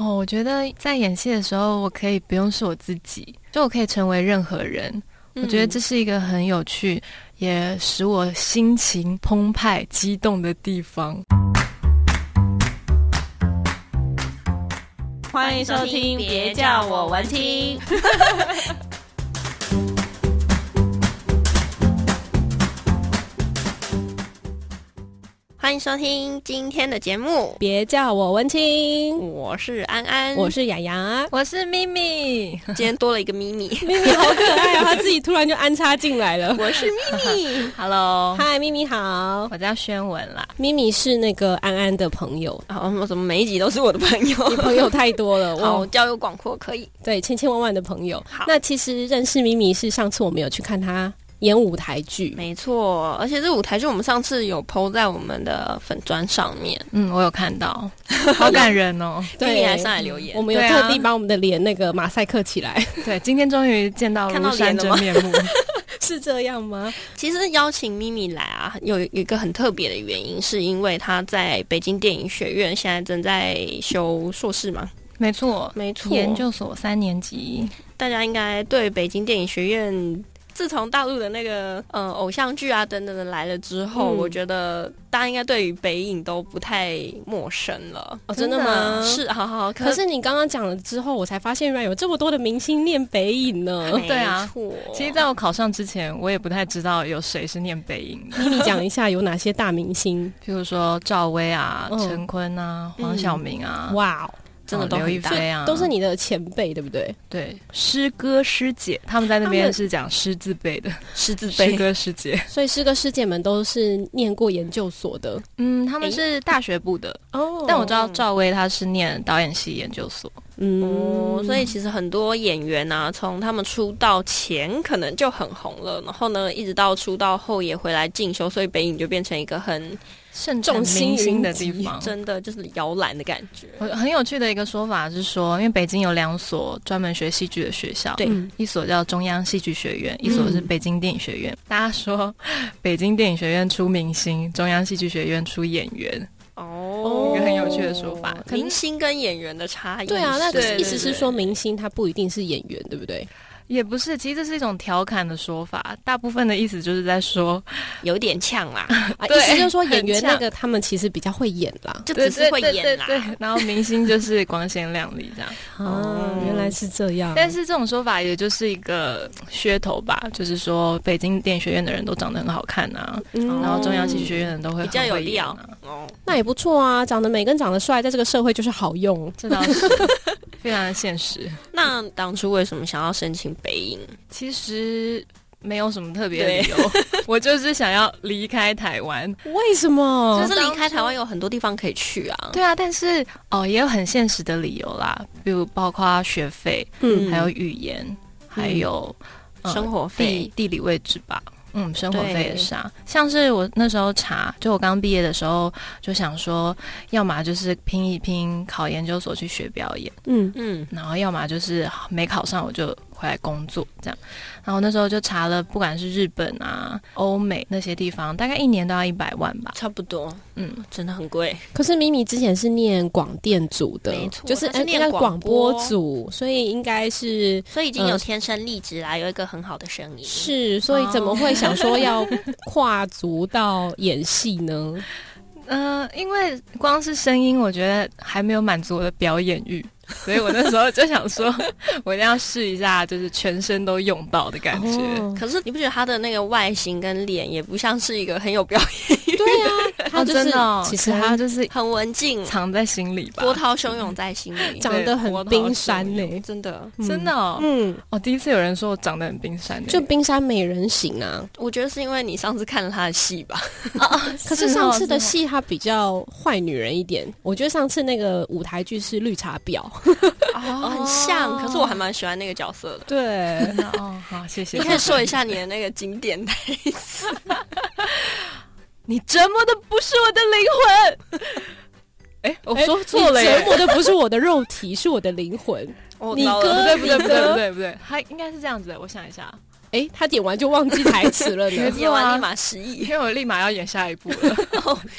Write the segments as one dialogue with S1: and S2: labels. S1: 哦，我觉得在演戏的时候，我可以不用是我自己，就我可以成为任何人。我
S2: 嗯
S1: 觉得这是一个很有趣，也使我心情澎湃、激动的地方。。
S2: 欢迎收听，别叫我文青。欢迎收听今天的节目，
S3: 别叫我文青，
S2: 我是安安，
S3: 我是雅雅
S1: 我是咪咪，。
S2: 今天多了一个咪咪，
S3: 咪咪好可爱啊，她自己突然就安插进来了。
S2: 我是咪 咪
S1: ，Hello，
S3: 嗨，咪咪好，
S1: 我叫宣文啦。
S3: 咪咪是那个安安的朋友，
S2: 啊，我怎么每一集都是我的朋友？
S3: 朋友太多 了，
S2: 好，
S3: 我
S2: 交友广阔可以。
S3: 对千千万万的朋友
S2: 好。
S3: 那其实认识咪咪是上次我们有去看她演舞台剧，
S2: 没错，而且这舞台剧我们上次有 PO 在我们的粉砖上面，
S1: 嗯，我有看到，好感人哦。
S2: 咪
S3: 对
S2: 咪还上啊来留言
S3: 我。们有
S1: 对啊
S3: 特地把我们的脸那个马赛克起来，
S1: 对，今天终于见到
S2: 看到
S1: 庐山
S2: 脸
S1: 真
S2: 了吗
S1: 面目。
S3: 是这样吗？
S2: 其实邀请咪咪来啊，有有一个很特别的原因，是因为她在北京电影学院现在正在修硕士嘛。
S1: 没错，
S2: 没错，
S1: 研究所三年级。
S2: 大家应该对北京电影学院。自从大陆的那个呃偶像剧啊等等的来了之后，
S3: 嗯
S2: 我觉得大家应该对于北影都不太陌生了。啊
S3: 哦，
S1: 真的
S3: 是。
S2: 是，好好，
S3: 可是你刚刚讲了之后，我才发现原来有这么多的明星念北影 呢。
S2: 对
S1: 对
S2: 啊
S1: 啊，
S2: 其
S1: 其
S2: 实
S1: 实，
S2: 在
S1: 在我考上之前，我也不太知道有谁是念北影的，
S3: 咪咪讲一下有哪些大明星？
S1: 譬如说赵薇啊、
S3: 嗯
S1: 陈坤啊、黄晓明
S2: 嗯
S1: 啊，
S3: 哇、哦，
S2: 真的都
S1: 刘
S2: 很
S1: 亦
S2: 大
S1: 菲啊，
S3: 都是你的前辈，对不对？
S1: 对师哥师姐，他们在那
S3: 他
S1: 边
S3: 们
S1: 是讲师字辈的
S2: 十字
S1: 师
S2: 碑，
S1: 哥师姐，
S3: 所以师哥师姐们都是念过研究所的
S1: 嗯，他们是大学部的，
S3: 哦
S1: 但我知道赵薇她是念导演系研究所，
S3: 嗯
S2: 哦，所以其实很多演员啊，从他们出道前可能就很红了，然后呢，一直到出道后也回来进修，所以北影就变成一个很
S1: 盛
S3: 重
S1: 重
S3: 心
S1: 明星的
S3: 云集
S1: 地方。
S2: 真的就是摇篮的感觉。
S1: 我很有趣的一个说法是说，因为北京有两所专门学戏剧的学校，
S2: 对
S3: 嗯
S1: 一所叫中央戏剧学院，一所是北京电影学院。大家说，北京电影学院出明星，中央戏剧学院出演员。
S2: 哦
S1: 一个很有趣的说法可是
S2: 明星跟演员的差异。
S3: 对啊，那
S1: 对
S3: 意思是
S1: 对
S3: 说明星他不一定是演员，对不对？
S1: 也不是，其实这是一种调侃的说法，大部分的意思就是在说，
S2: 有点呛 啦，
S3: 啊，
S1: 对
S3: 意思就是说演员
S1: 很像
S3: 那个他们其实比较会演啦。
S2: 就 只是会演啦。
S1: 对对对对然后明星就是光鲜亮丽这 样。
S3: 啊，原来是这
S2: 嗯
S3: 样。
S1: 但是这种说法也就是一个噱头吧，就是说北京电影学院的人都长得很好看啊，
S3: 嗯
S1: 然后中央戏剧学院的人都会
S2: 哦比较
S1: 很
S2: 有
S1: 会演
S2: 料
S1: 啊，
S2: 哦，
S3: 那也不错啊，长得美跟长得帅，在这个社会就是好用。
S1: 这倒是 非常的现实。
S2: 那当初为什么想要申请北影？
S1: 其实没有什么特别的理由， 我就是想要离开台湾。
S3: 为什么？
S2: 就是离开台湾有很多地方可以去啊。
S1: 对啊，但是哦，也有很现实的理由啦，比如包括学费，
S3: 嗯
S1: 还有语言，还有、呃
S2: 生活
S1: 地
S2: 费，
S1: 地理位置吧。嗯，生活费也
S2: 对
S1: 是啊。像是我那时候查，就我刚毕业的时候，就想说，要么就是拼一拼考研究所去学表演，
S3: 嗯
S2: 嗯，
S1: 然后要么就是没考上我就回来工作这样。然后那时候就查了，不管是日本啊、欧美那些地方，大概一年都要一百万吧。
S2: 差不多，
S1: 嗯，
S2: 真的很贵。
S3: 可是米米之前是念广电组的，
S2: 没错
S3: 就是
S2: 她是
S3: 呃
S2: 念
S3: 应该
S2: 广
S3: 广播
S2: 播
S3: 组，所以应该是
S2: 所以已经有
S3: 呃
S2: 天生丽质啦，有一个很好的声音。
S3: 是，所
S1: 哦
S3: 以怎么会想说要跨足到演戏呢？
S1: 嗯，因为光是声音，我觉得还没有满足我的表演 欲，所以我那时候就想说，我一定要试一下，就是全身都用到的感觉。
S3: 哦
S2: 可是你不觉得她的那个外形跟脸也不像是一个很有表演 欲，
S3: 对啊，他
S1: 哦
S3: 就是、
S1: 真的哦、
S3: 其实
S1: 可能
S3: 他
S1: 就是
S2: 很文静，
S1: 藏在心里吧。
S2: 波涛汹涌在心里，
S3: 长得很
S1: 波涛汹
S3: 冰
S1: 涌
S3: 山呢、
S2: 真的，
S3: 嗯
S1: 真的哦，
S3: 嗯，
S1: 哦，第一次有人说我长得很冰山欸呢、
S3: 就冰山美人型啊。
S2: 我觉得是因为你上次看了她的戏吧，
S3: 可是上次的
S1: 是
S3: 戏她比较坏女人一点，我觉得上次那个舞台剧是绿茶婊。
S2: 哦很像。可是我还蛮喜欢那个角色的。
S3: 对
S1: 哦，真的 哦，好，谢谢
S2: 你。可以说一下你的那个经典台词，
S1: 你折磨的不是我的灵魂。 哎，我说错了
S3: 折
S1: 耶。
S3: 磨的不是我的肉体，是我的灵魂。
S2: 哦
S3: 你
S2: 糟
S1: 不
S2: 了
S3: 哥
S1: 对不对不
S3: 你
S1: 对
S3: 哥
S1: 不对不对，他应该是这样子的。我想一下，啊
S3: 哎，他点完就忘记台词了呢。
S2: 演啊完立马失忆
S1: 因，为我立马要演下 哦一部了，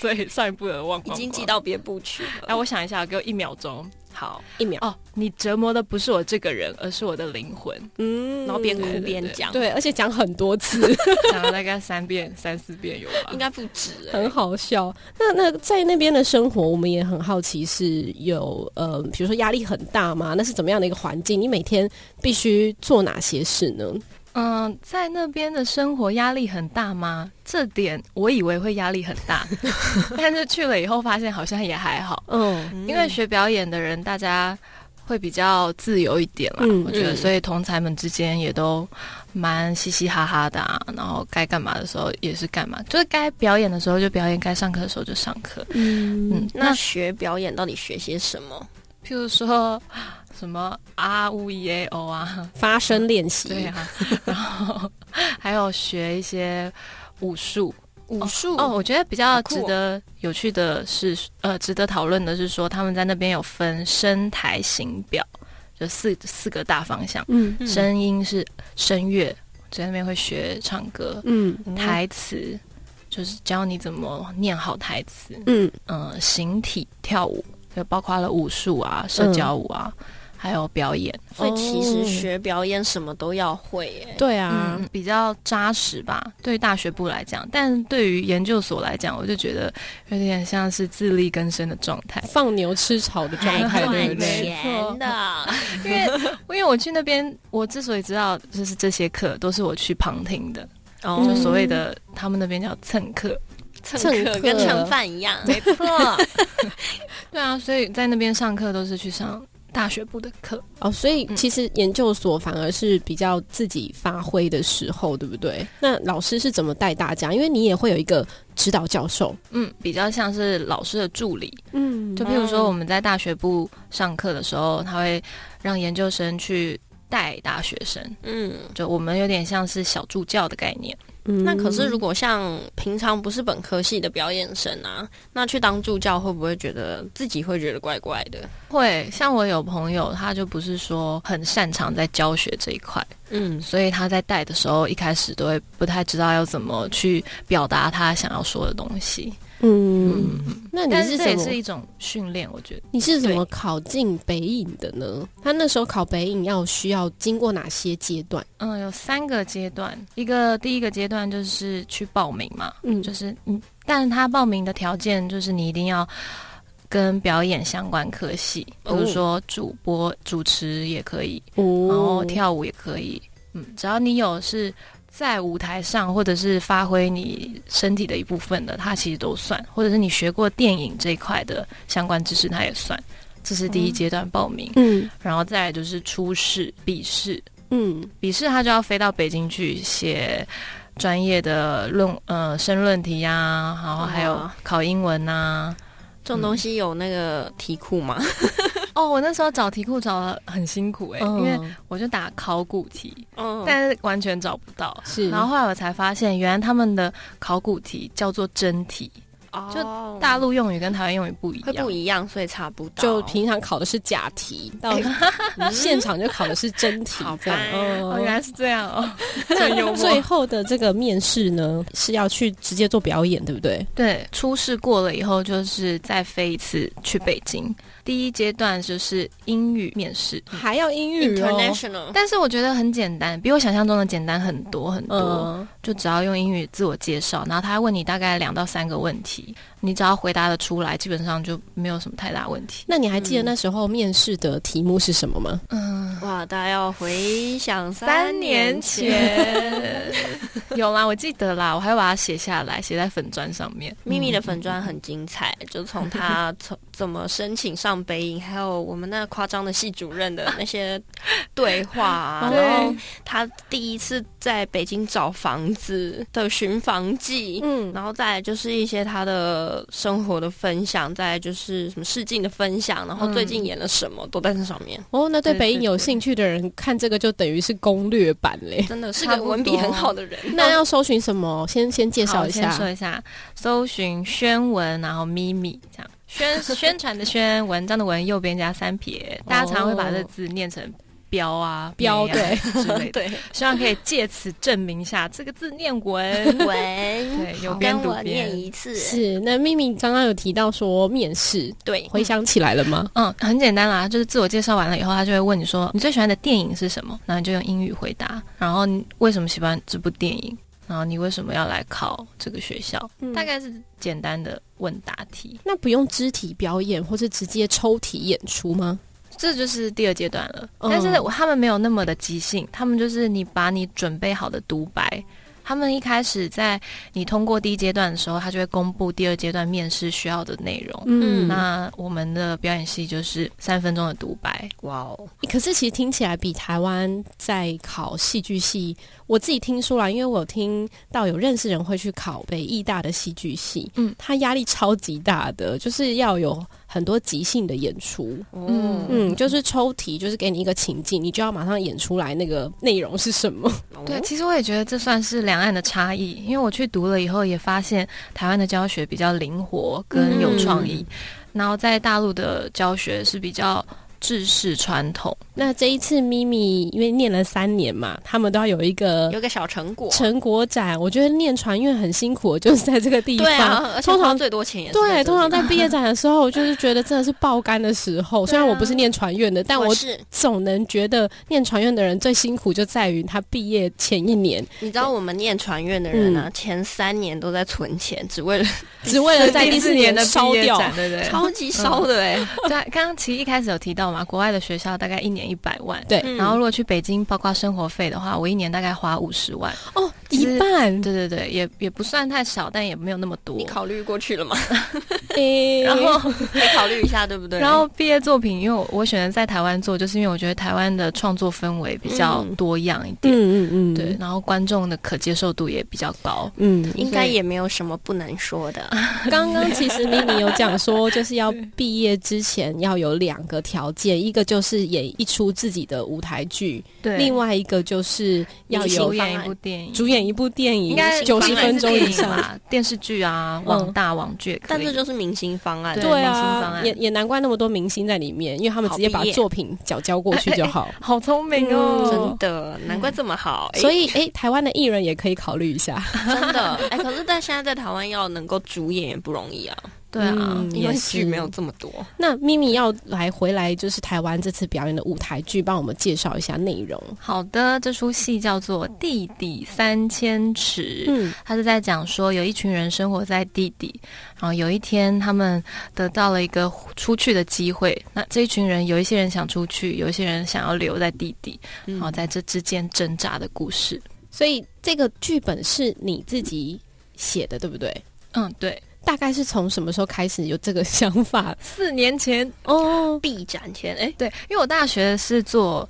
S1: 所以上一部的忘
S2: 已
S1: 光光
S2: 经寄到别部去
S1: 哎，
S2: 了。
S1: 我想一下，给我一秒钟。
S2: 好，
S3: 一秒。
S1: 哦，你折磨的不是我这个人，而是我的灵魂。
S2: 嗯，然后边
S1: 对
S2: 哭
S1: 对
S2: 边
S1: 对
S2: 讲，
S3: 对，而且讲很多次，
S1: 讲了大概三遍、三四遍有吧
S2: 应？该不止、欸，
S3: 很好笑。那那在那边的生活，我们也很好奇，是有呃，比如说压力很大吗？那是怎么样的一个环境？你每天必须做哪些事呢？
S1: 嗯、在那边的生活压力很大吗？这点我以为会压力很大，但是去了以后发现好像也还好，
S3: 嗯
S2: 嗯
S1: 因为学表演的人大家会比较自由一点啦，
S3: 嗯
S1: 我觉得，
S2: 嗯
S1: 所以同才们之间也都蛮嘻嘻哈哈的啊，然后该干嘛的时候也是干嘛，就是该表演的时候就表演，该上课的时候就上课。
S3: 嗯
S1: 嗯，那
S2: 那学表演到底学些什么？
S1: 譬如说什么啊呜一 a o 啊，
S3: 发声练习，
S1: 对啊， 然后还有学一些武术，
S2: 武术
S1: 哦，我觉得比较
S2: 好酷
S1: 值
S2: 哦
S1: 得有趣的是，呃，值得讨论的是说，他们在那边有分声台形表，就四四个大方向。
S3: 嗯
S2: 嗯
S1: 声音是声乐，在那边会学唱歌，
S3: 嗯
S1: 台词就是教你怎么念好台词，
S3: 嗯
S1: 嗯、形体跳舞，就包括了武术啊、社
S2: 嗯
S1: 交舞啊，还有表演。
S2: 所以其实
S3: 哦
S2: 学表演什么都要会欸耶、
S3: 对啊，，
S1: 嗯，比较扎实吧，对于大学部来讲，但对于研究所来讲，我就觉得有点像是自力更生的状态
S3: 放牛吃草的状态， 对不
S2: 赚
S3: 对？
S2: 钱的，
S1: 因为因为我去那边，我之所以知道就是这些课都是我去旁听的，
S2: 哦
S1: 就所谓的他们那边叫蹭课，
S2: 蹭
S3: 蹭
S2: 课
S3: 课
S2: 跟蹭饭一样，没错。
S1: 对啊，所以在那边上课都是去上大学部的课，
S3: 哦，所以
S1: 嗯
S3: 其实研究所反而是比较自己发挥的时候，对不对？那老师是怎么带大家？因为你也会有一个指导教授，
S1: 嗯，比较像是老师的助理，
S3: 嗯
S1: 就
S3: 就
S1: 譬如说
S2: 嗯
S1: 我们在大学部上课的时候，他会让研究生去带大学生，
S2: 嗯，
S1: 就我们有点像是小助教的概念。
S2: 那可是如果像平常不是本科系的表演生啊，那去当助教会不会觉得自己会觉得怪怪的？
S1: 会，像我有朋友，他就不是说很擅长在教学这一块，
S2: 嗯，
S1: 所以他在带的时候，一开始都会不太知道要怎么去表达他想要说的东西。
S3: 嗯，那你
S1: 但
S3: 是
S1: 是这
S3: 怎
S1: 也
S3: 么
S1: 是一种训练，我觉得。
S3: 你是怎么考进北影的呢？他那时候考北影要需要经过哪些阶段？
S1: 嗯，有三个阶段，一个第一个阶段就是去报名嘛，
S3: 嗯
S1: 就是嗯，但他报名的条件就是你一定要跟表演相关科系，比如
S2: 哦
S1: 说主播、主持也可以，然后
S3: 哦，
S1: 跳舞也可以，嗯，只要你有是在舞台上或者是发挥你身体的一部分的，它其实都算，或者是你学过电影这一块的相关知识，它也算。这是第一阶段报名，
S3: 嗯
S1: 然后再来就是初试、笔试，
S3: 嗯
S1: 笔试他就要飞到北京去写专业的论呃申论题呀、然后还有
S2: 哇
S1: 考英文啊呐、
S2: 这种东西有那个题库吗？
S1: 哦，我那时候找题库找的很辛苦哎、因为
S3: 嗯
S1: 我就打考古题，
S2: 嗯，
S1: 但是完全找不到。
S3: 是，
S1: 然后后来我才发现，原来他们的考古题叫做真题，就
S2: 哦
S1: 大陆用语跟台湾用语不一
S2: 会
S1: 样。
S2: 不一样，所以查不到。
S3: 就平常考的是假题，到现场就考的是真题
S2: 好，
S3: 这样
S2: 吧。
S1: 哦，原来是这样 哦。
S2: 很幽
S3: 那
S2: 默
S3: 最后的这个面试呢，是要去直接做表演，对不对？
S1: 对，初试过了以后，就是再飞一次去北京。第一阶段就是英语面试，
S3: 还要英语哦，
S2: international，
S1: 但是我觉得很简单，比我想象中的简单很多很多。
S3: 嗯，
S1: 就只要用英语自我介绍，然后他还问你大概两到三个问题，你只要回答的出来，基本上就没有什么太大问题。
S3: 那你还记得
S2: 嗯
S3: 那时候面试的题目是什么吗？
S1: 嗯，
S2: 哇，大家要回想
S1: 三年
S2: 年
S1: 前有啦，我记得啦，我还把它写下来，写在粉砖上面。
S2: 秘密的粉砖很精彩，就从他
S1: 嗯
S2: 从怎么申请上北影，还有我们那夸张的系主任的那些对话啊，
S1: 对
S2: 然后他第一次在北京找房子的寻房记。
S3: 嗯
S2: 然后再来就是一些他的生活的分享，再来就是什么试镜的分享，然后最近演了什么、都在那上
S1: 嗯
S2: 面，
S3: 哦，那对
S1: 对
S3: 北
S1: 对
S3: 影有
S1: 对
S3: 兴趣的人看这个就等于是攻略版 嘞。
S2: 真的是
S1: 差
S2: 个
S1: 不
S2: 文笔
S1: 多
S2: 很好的人。
S3: 那要搜寻什么？先先介
S1: 好
S3: 绍一
S1: 我先
S3: 下
S1: 说一下，搜寻宣文，然后咪咪这样。 宣宣传的宣，文章的文，右边加三撇，大家常会把这字念成标啊、
S3: 标
S1: 美啊之类的，
S2: 对，
S1: 希望可以借此证明一下这个字念文。
S4: 文，
S1: 对，有边
S4: 跟
S1: 读
S4: 我念
S1: 边。
S4: 一次，
S3: 是，那秘密刚刚有提到说面试，
S2: 对，
S3: 回想起来了吗？
S1: 嗯，很简单啦，就是自我介绍完了以后，他就会问你说你最喜欢的电影是什么，然后你就用英语回答，然后你为什么喜欢这部电影，然后你为什么要来考这个学校，
S3: 嗯
S1: 大概是简单的问答题，
S3: 那不用肢体表演或是直接抽题演出吗？
S1: 这就是第二阶段了。
S3: 嗯
S1: 但是我他们没有那么的即兴，他们就是你把你准备好的独白。他们一开始在你通过第一阶段的时候，他就会公布第二阶段面试需要的内容。
S2: 嗯
S1: 那我们的表演系就是三分钟的独白，
S2: 哇哦，
S3: 可是其实听起来比台湾在考戏剧系，我自己听说啦，因为我有听到有认识人会去考北艺大的戏剧系，
S1: 嗯
S3: 他压力超级大的，就是要有很多即兴的演出，
S1: 嗯
S2: 嗯，
S3: 嗯，就是抽题，就是给你一个情境，你就要马上演出来那个内容是什么，
S1: 对，其实我也觉得这算是两岸的差异，因为我去读了以后也发现台湾的教学比较灵活跟有创意，
S3: 嗯
S1: 然后在大陆的教学是比较制式传统。
S3: 那这一次咪咪因为念了三年嘛，他们都要有一个
S2: 有个小成果，
S3: 成果展。我觉得念传院很辛苦，就是在这个地方。
S2: 对啊，而且
S3: 通
S2: 花
S3: 常
S2: 最多钱也是
S3: 对，
S2: 在这
S3: 通常
S2: 里
S3: 在毕业展的时候，我就是觉得真的是爆肝的时候。虽然我不是念传院的，但我
S2: 是
S3: 总能觉得念传院的人最辛苦就在于他毕业前一年，
S2: 你知道我们念传院的人啊，前三年都在存钱，只为了
S3: 只为了在第四年
S1: 的
S3: 烧
S1: 毕业
S3: 掉。
S1: 展，对不对？
S2: 超级烧的哎、
S1: 对，啊刚刚其实一开始有提到嘛，国外的学校大概一年一百万，
S3: 对
S2: 嗯
S1: 然后如果去北京，包括生活费的话，我一年大概花五十万。
S3: 哦，
S1: 其实
S3: 一半。
S1: 对对对，也也不算太少，但也没有那么多
S2: 你。考虑过去了吗？
S3: 诶
S1: 然后，
S2: 可以考虑一下，对不对？
S1: 然后毕业作品，因为我我选择在台湾做，就是因为我觉得台湾的创作氛围比较
S2: 嗯
S1: 多样一点，
S3: 嗯嗯嗯，
S1: 对，，然后观众的可接受度也比较高。
S3: 嗯，
S2: 应该也没有什么不能说的。
S3: 刚刚其实咪咪有讲说，就是要毕业之前要有两个条件，一个就是演一出自己的舞台剧，
S1: 对，
S3: 另外一个就是
S1: 要
S3: 要有
S1: 有
S2: 明星
S1: 演一
S2: 方案
S1: 部电影，
S3: 主演一部电影，
S1: 应该
S3: 九十
S2: 90
S3: 分钟以上。
S1: 吧，电视剧啊，
S3: 嗯
S1: 网大网剧也可以，
S2: 但这就是明星方案，
S1: 对
S3: 对
S1: 明星方
S3: 啊，
S1: 案
S3: 也也难怪那么多明星在里面，因为他们直接
S2: 好
S3: 把
S2: 毕业
S3: 作品缴交过去就 好。
S1: 好聪明哦，
S2: 真的，难怪这么好。诶
S3: 所以，哎、台湾的艺人也可以考虑一下。
S2: 真的，哎、可是但现在在台湾要能够主演也不容易啊，
S1: 对啊，
S3: 嗯
S2: 因为
S3: 也是
S2: 剧没有这么多。
S3: 那咪咪要来回来，就是台湾这次表演的舞台剧，帮我们介绍一下内容。
S1: 好的，这出戏叫做《地底三千尺》，
S3: 嗯，
S1: 他是在讲说有一群人生活在地底，然后有一天他们得到了一个出去的机会。那这一群人，有一些人想出去，有一些人想要留在地底，然后在这之间挣扎的故事。
S3: 所以这个剧本是你自己写的，对不对？
S1: 嗯，对，
S3: 大概是从什么时候开始有这个想法？
S1: 四年前，
S3: 哦，
S2: B 展前，哎、
S1: 对，因为我大学是做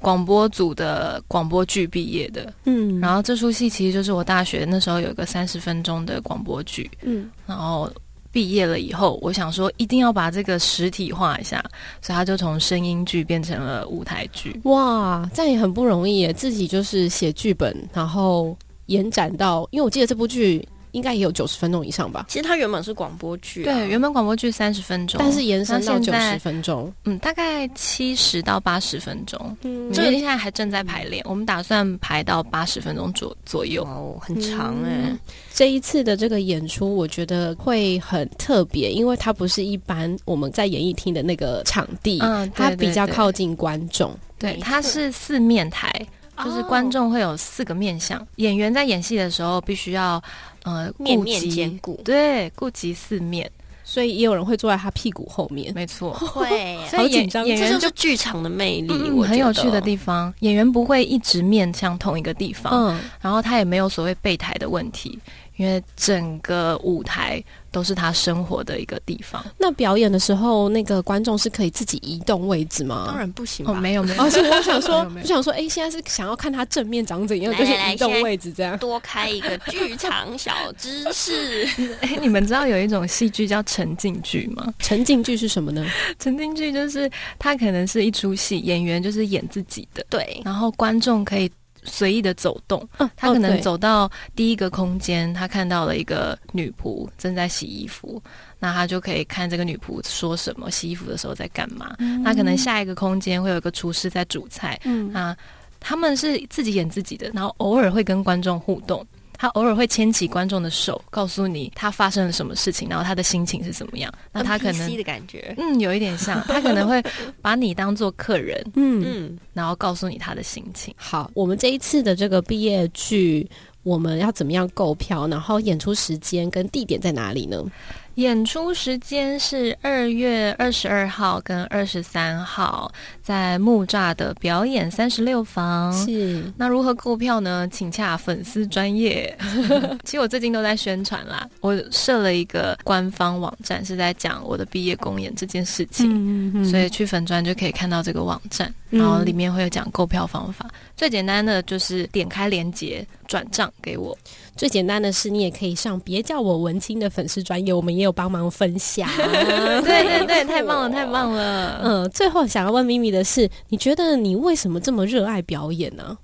S1: 广播组的广播剧毕业的，
S3: 嗯
S1: 然后这出戏其实就是我大学那时候有一个三十分钟的广播剧，
S3: 嗯，
S1: 然后毕业了以后，我想说一定要把这个实体化一下，所以它就从声音剧变成了舞台剧。
S3: 哇，这样也很不容易耶，自己就是写剧本，然后延展到，因为我记得这部剧应该也有九十分钟以上吧，
S2: 其实它原本是广播剧、啊，
S1: 对，原本广播剧三十分钟，
S3: 但是延伸到
S1: 那
S3: 九
S1: 现在
S3: 十分钟，
S1: 嗯，大概七十到八十分钟。
S3: 嗯
S1: 这个现在还正在排练，我们打算排到八十分钟左左右。
S2: 哇哦，很长哎、
S3: 嗯这一次的这个演出，我觉得会很特别，因为它不是一般我们在演艺厅的那个场地，
S1: 嗯，
S3: 它
S1: 对
S3: 比较靠，近观众。
S1: 对对，
S2: 没
S1: 对它
S2: 错
S1: 是四面台，就是观
S2: 哦
S1: 众会有四个面向，演员在演戏的时候必须要呃
S2: 面
S1: 顾
S2: 面
S1: 及
S2: 兼 顾，
S1: 对顾及四面，
S3: 所以也有人会坐在他屁股后面。
S1: 没错。
S2: 会
S1: 所以呃
S3: 紧
S1: 演
S3: 张
S1: 演
S2: 这
S1: 员
S2: 就是剧场的魅力，
S1: 嗯
S2: 我
S1: 很
S2: 觉
S1: 有
S2: 得
S1: 趣的地方，演员不会一直面向同一个地方，
S3: 嗯，
S1: 然后他也没有所谓备台的问题，因为整个舞台都是他生活的一个地方。
S3: 那表演的时候，那个观众是可以自己移动位置吗？
S2: 当。然不行 吧？
S1: 哦，没有没有，
S3: 而且我想说
S1: 没有没，有
S3: 我想说，哎、现在是想要看他正面长怎样，
S2: 来
S3: 就是
S2: 来来
S3: 移动
S2: 现在
S3: 位置这样。
S2: 多开一个剧场小知识，
S1: 哎，你们知道有一种戏剧叫沉浸剧吗？
S3: 沉浸剧是什么呢？
S1: 沉浸剧就是它可能是一出戏，演员就是演自己的，
S2: 对，
S1: 然后观众可以随意的走动。
S3: 嗯，
S1: 他可
S3: 哦
S1: 能
S3: 对
S1: 走到第一个空间，他看到了一个女仆正在洗衣服，那他就可以看这个女仆说什么，洗衣服的时候在干嘛。那可能下一个空间会有一个厨师在煮菜，
S3: 嗯
S1: 那他们是自己演自己的，然后偶尔会跟观众互动。他偶尔会牵起观众的手，告诉你他发生了什么事情，然后他的心情是怎么样。那他可
S2: NPC
S1: 能，
S2: 的感觉，
S1: 嗯，有一点像，他可能会把你当做客人，
S3: 嗯，
S2: 嗯，
S1: 然后告诉你他的心情。
S3: 好，我们这一次的这个毕业剧，我们要怎么样购票？然后演出时间跟地点在哪里呢？
S1: 演出时间是二月二十二号跟二十三号，在木栅的表演三十六房。
S3: 是
S1: 那如何购票呢？请洽粉丝专业。
S3: 嗯
S1: 其实我最近都在宣传啦，我设了一个官方网站，是在讲我的毕业公演这件事情，
S3: 嗯嗯
S1: 所以去粉专就可以看到这个网站，
S3: 嗯
S1: 然后里面会有讲购票方法。最简单的就是点开链接转账给我，
S3: 最简单的是，你也可以上别叫我文青的粉丝专业，我们也有帮忙分享。
S1: 对对对，太棒了，太棒了。
S3: 嗯，最后想要问咪咪的是，你觉得你为什么这么热爱表演呢、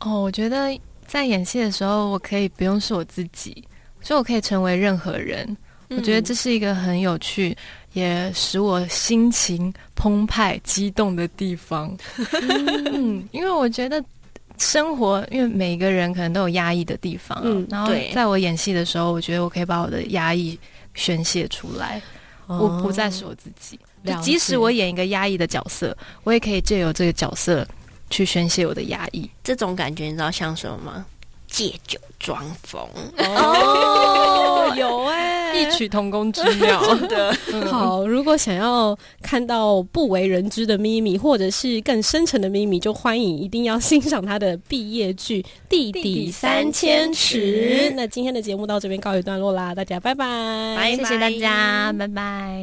S1: 哦，我觉得在演戏的时候，我可以不用是我自己，所以我可以成为任何人。我觉得
S3: 嗯
S1: 这是一个很有趣，也使我心情澎湃、激动的地 方。嗯，因为我觉得生活，因为每个人可能都有压抑的地方、啊。
S3: 嗯
S1: 然后
S2: 对
S1: 在我演戏的时候，我觉得我可以把我的压抑宣泄出来，我不再是我自己。就
S3: 了哦解
S1: 即使我演一个压抑的角色，我也可以借由这个角色去宣泄我的压抑。
S2: 这种感觉你知道像什么吗？借酒装疯，
S1: 哦，有哎、
S2: 欸
S1: 异曲同工之妙。
S2: 的，
S3: 嗯好，如果想要看到不为人知的秘密，或者是更深沉的秘密，就欢迎一定要欣赏他的毕业剧《地底三千尺》。那今天的节目到这边告一段落啦，大家拜拜。
S2: 拜
S1: 谢谢大家，拜拜。